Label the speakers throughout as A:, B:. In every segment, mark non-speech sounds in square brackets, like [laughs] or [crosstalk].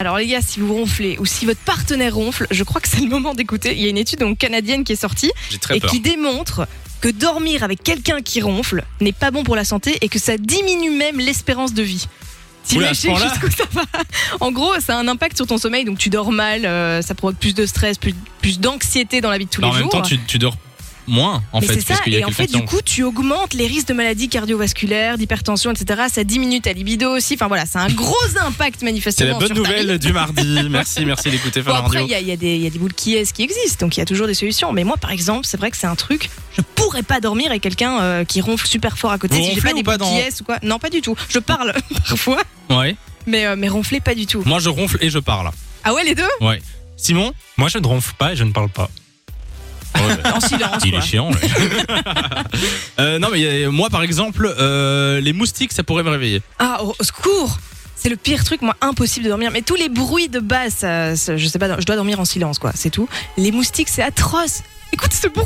A: Alors les gars, si vous ronflez ou si votre partenaire ronfle, je crois que c'est le moment d'écouter. Il y a une étude donc canadienne qui est sortie
B: J'ai très
A: et
B: peur.
A: qui démontre que dormir avec quelqu'un qui ronfle n'est pas bon pour la santé et que ça diminue même l'espérance de vie.
B: Oula, à ce
A: T'imagines
B: point-là
A: jusqu'où ça va En gros, ça a un impact sur ton sommeil, donc tu dors mal, euh, ça provoque plus de stress, plus, plus d'anxiété dans la vie de tous
B: Bah, en
A: les
B: même
A: jours.
B: temps, tu, tu dors moins, en
A: Mais
B: fait,
A: c'est ça,
B: parce qu'il y a
A: et en
B: quelqu'un
A: fait,
B: qui
A: du
B: en-
A: coup, tu augmentes les risques de maladies cardiovasculaires, d'hypertension, etc. Ça diminue ta libido aussi. Enfin voilà, ça a un gros impact
B: C'est la
A: manifestement.
B: bonne
A: sur ta vie. [laughs]
B: nouvelle du mardi. Merci, merci d'écouter
A: Bon,
B: Fun
A: après,
B: Radio.
A: il y a, il y a des il y a des boules qui est qui existent, donc il y a toujours des solutions. Mais moi, par exemple, c'est vrai que c'est un truc, je pourrais pas dormir avec quelqu'un euh, qui ronfle super fort à côté
B: Vous
A: si j'ai pas
B: ronflez ou
A: des
B: pas
A: boules qui
B: dans-
A: est ou quoi. Non, pas du tout. Je parle [laughs] parfois,
B: Ouais.
A: mais, euh, mais ronfler pas du tout.
B: Moi, je ronfle et je parle.
A: Ah ouais, les deux
B: Ouais. Simon
C: Moi, je ne ronfle pas et je ne parle pas.
B: [laughs]
A: En silence.
B: Il
A: quoi.
B: est chiant. lui. [laughs] Euh, non, mais euh, moi, par exemple, euh, les moustiques, ça pourrait me réveiller.
A: Ah, au, au secours c'est le pire truc, moi, impossible de dormir. Mais tous les bruits de basse, ça- ça- je sais pas, je dois dormir en silence, quoi, c'est tout. Les moustiques, c'est atroce. Écoute ce bruit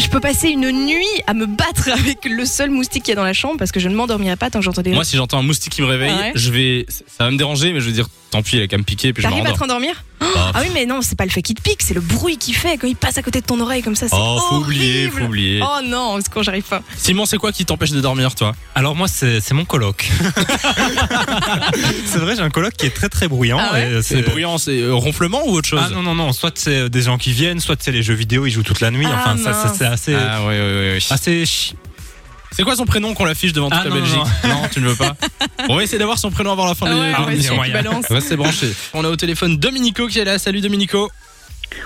A: Je peux passer une nuit à me battre avec le seul moustique qu'il y a dans la chambre parce que je ne m'endormirai pas tant que j'entendrai.
B: Moi, si j'entends un moustique qui me réveille,
A: Ah ouais
B: je vais. Ça va me déranger, mais je vais dire tant pis, il a qu'à me piquer, puis je me
A: T'arrives à te
B: rendors.
A: rendormir
B: Ah,
A: Ah oui, mais non, c'est pas le fait qu'il te pique, c'est le bruit qu'il fait quand il passe à côté de ton oreille comme ça. c'est
B: Oh, faut oublier,
A: horrible.
B: faut oublier.
A: Oh non, c'est quand j'arrive pas.
B: Simon, c'est quoi qui t'empêche de dormir, toi
C: Alors moi, c'est c'est mon coloc. [laughs] c'est vrai, j'ai un coloc qui est très très bruyant.
A: Ah ouais
C: et
B: C'est bruyant, c'est euh, ronflement ou autre chose
C: Ah non non non, soit c'est des gens qui viennent, soit c'est les jeux vidéo, ils jouent toute la nuit.
A: Ah,
C: enfin, ça, ça,
A: mince.
C: c'est assez.
B: Ah, ouais, ouais, ouais, ouais.
C: Assez chi-
B: C'est quoi son prénom qu'on l'affiche devant toute
C: Ah,
B: la
C: non,
B: Belgique non, tu ne veux pas. On va essayer d'avoir son prénom avant la fin
A: Ah
B: de
A: ouais,
C: Ah,
A: ouais,
C: mais
A: si, tu
C: moyen.
A: balances.
B: Restez branchés. On a au téléphone Dominico qui est là. Salut Dominico.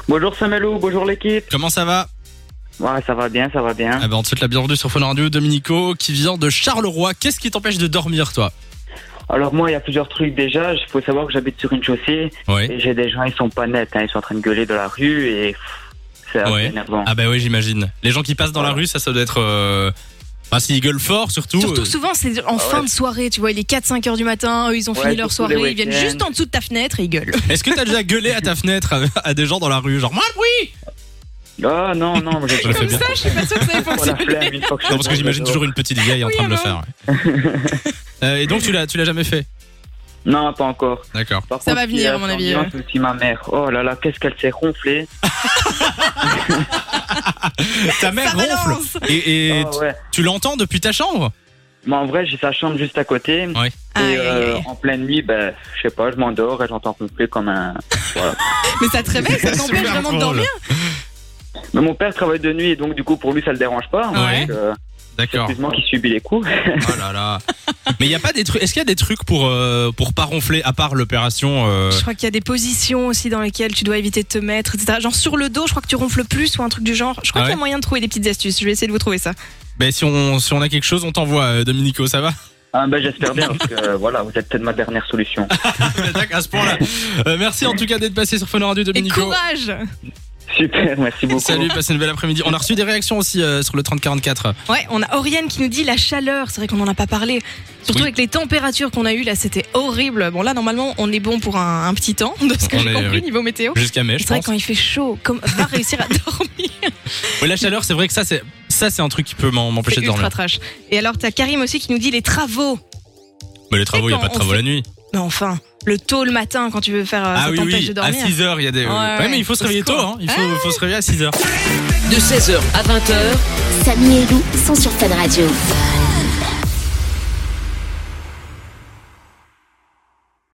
D: Bonjour Samelou, bonjour l'équipe.
B: Comment ça va
D: Ouais, ça va bien, ça va bien.
B: ah ben, On te souhaite la bienvenue sur Fun Radio. Dominico qui vient de Charleroi. Qu'est-ce qui t'empêche de dormir, toi
D: Alors moi, il y a plusieurs trucs déjà. Il faut savoir que j'habite sur une chaussée
B: Ouais.
D: et j'ai des gens, ils sont pas nets. hein. Ils sont en train de gueuler dans la rue et pff, c'est assez
B: Ouais.
D: énervant.
B: Ah, bah oui, j'imagine. Les gens qui passent dans la rue, ça, ça doit être. Euh... Enfin, s'ils gueulent fort, surtout.
A: Surtout
B: euh,
A: souvent, c'est en fin de soirée, tu vois, il est 4-5 heures du matin, eux, ils ont
D: Ouais,
A: fini leur
D: surtout les
A: soirée, ils viennent
D: week-ends.
A: juste en dessous de ta fenêtre et ils gueulent.
B: Est-ce que t'as déjà gueulé à ta fenêtre à, à des gens dans la rue Genre, moi, oui
D: Ah non, non, moi, j'ai
B: Je le fais bien.
A: je suis pas sûre que ça ait
D: Pour la flemme, une fois que je
B: Non, parce que j'imagine toujours une petite vieille en
A: Oui,
B: train de le faire.
A: alors.
B: ouais. Euh, et donc, tu l'as tu l'as jamais fait
D: Non, pas encore.
B: D'accord.
D: Par
A: Ça va
D: il y a
A: venir, à mon
D: son
A: avis,
D: ambiance aussi, ma mère. Oh là là, qu'est-ce qu'elle s'est ronflée.
B: Ta mère
A: Ça balance.
B: ronfle. Et, et
D: Ah
B: tu-
D: ouais.
B: tu l'entends depuis ta chambre
D: Mais en vrai, j'ai sa chambre juste à côté. Et euh, en pleine nuit, ben, je sais pas, je m'endors et j'entends ronfler comme un.
A: Mais ça te réveille, ça t'empêche
B: Super
A: vraiment de
B: drôle.
A: dormir
D: Mais mon père travaille de nuit et donc du coup pour lui ça le dérange pas.
B: Ouais.
D: Donc, euh,
B: D'accord.
D: [laughs] c'est plus moi qui subis les coups.
B: Oh là là. Mais il y a pas des trucs. Est-ce qu'il y a des trucs pour euh, pour pas ronfler à part l'opération euh,
A: Je crois qu'il y a des positions aussi dans lesquelles tu dois éviter de te mettre, etc. Genre sur le dos, je crois que tu ronfles plus ou un truc du genre. Je crois
B: Ah
A: qu'il y a
B: ouais
A: moyen de trouver des petites astuces. Je vais essayer de vous trouver ça.
B: Ben si on si on a quelque chose, on t'envoie euh, Dominico, ça va [laughs]
D: Ah ben j'espère bien parce que euh, voilà, vous êtes peut-être ma dernière
B: [laughs]
D: solution.
B: D'accord, à ce point-là. Euh, merci en tout cas d'être passé sur Fun Radio
A: Et
B: Dominico.
A: courage
D: Super, merci beaucoup.
B: Salut, passez une belle après-midi. On a reçu des réactions aussi euh, sur le 3044.
A: Ouais, on a Oriane qui nous dit la chaleur. C'est vrai qu'on n'en a pas parlé. Surtout
B: Oui.
A: avec les températures qu'on a eues là, c'était horrible. Bon là, normalement, on est bon pour un, un petit temps, [laughs] de ce que
B: On
A: j'ai
B: est-
A: compris
B: oui.
A: niveau météo.
B: Jusqu'à mai, je
A: C'est vrai
B: pense.
A: quand il fait chaud, comme
B: [laughs]
A: va réussir à dormir.
B: Ouais, la chaleur, c'est vrai que ça c'est ça c'est un truc qui peut m'en- m'empêcher
A: C'est
B: de
A: ultra
B: dormir.
A: trash. Et alors t'as Karim aussi qui nous dit les travaux.
B: Mais les travaux, il y a
A: quand
B: pas de
A: on
B: travaux
A: fait-
B: la nuit.
A: Mais enfin, le tôt le matin quand tu veux faire euh,
B: Ah
A: ça
B: oui
A: t'empêche
B: oui,
A: de
B: à
A: dormir.
B: 6h, il y a des
A: Ouais, ouais,
B: mais il faut se
A: au
B: réveiller tôt
A: secours.
B: hein. Il faut, faut se réveiller à 6h.
E: De 16h à 20h,
F: Samy et Lou sont sur Fan Radio.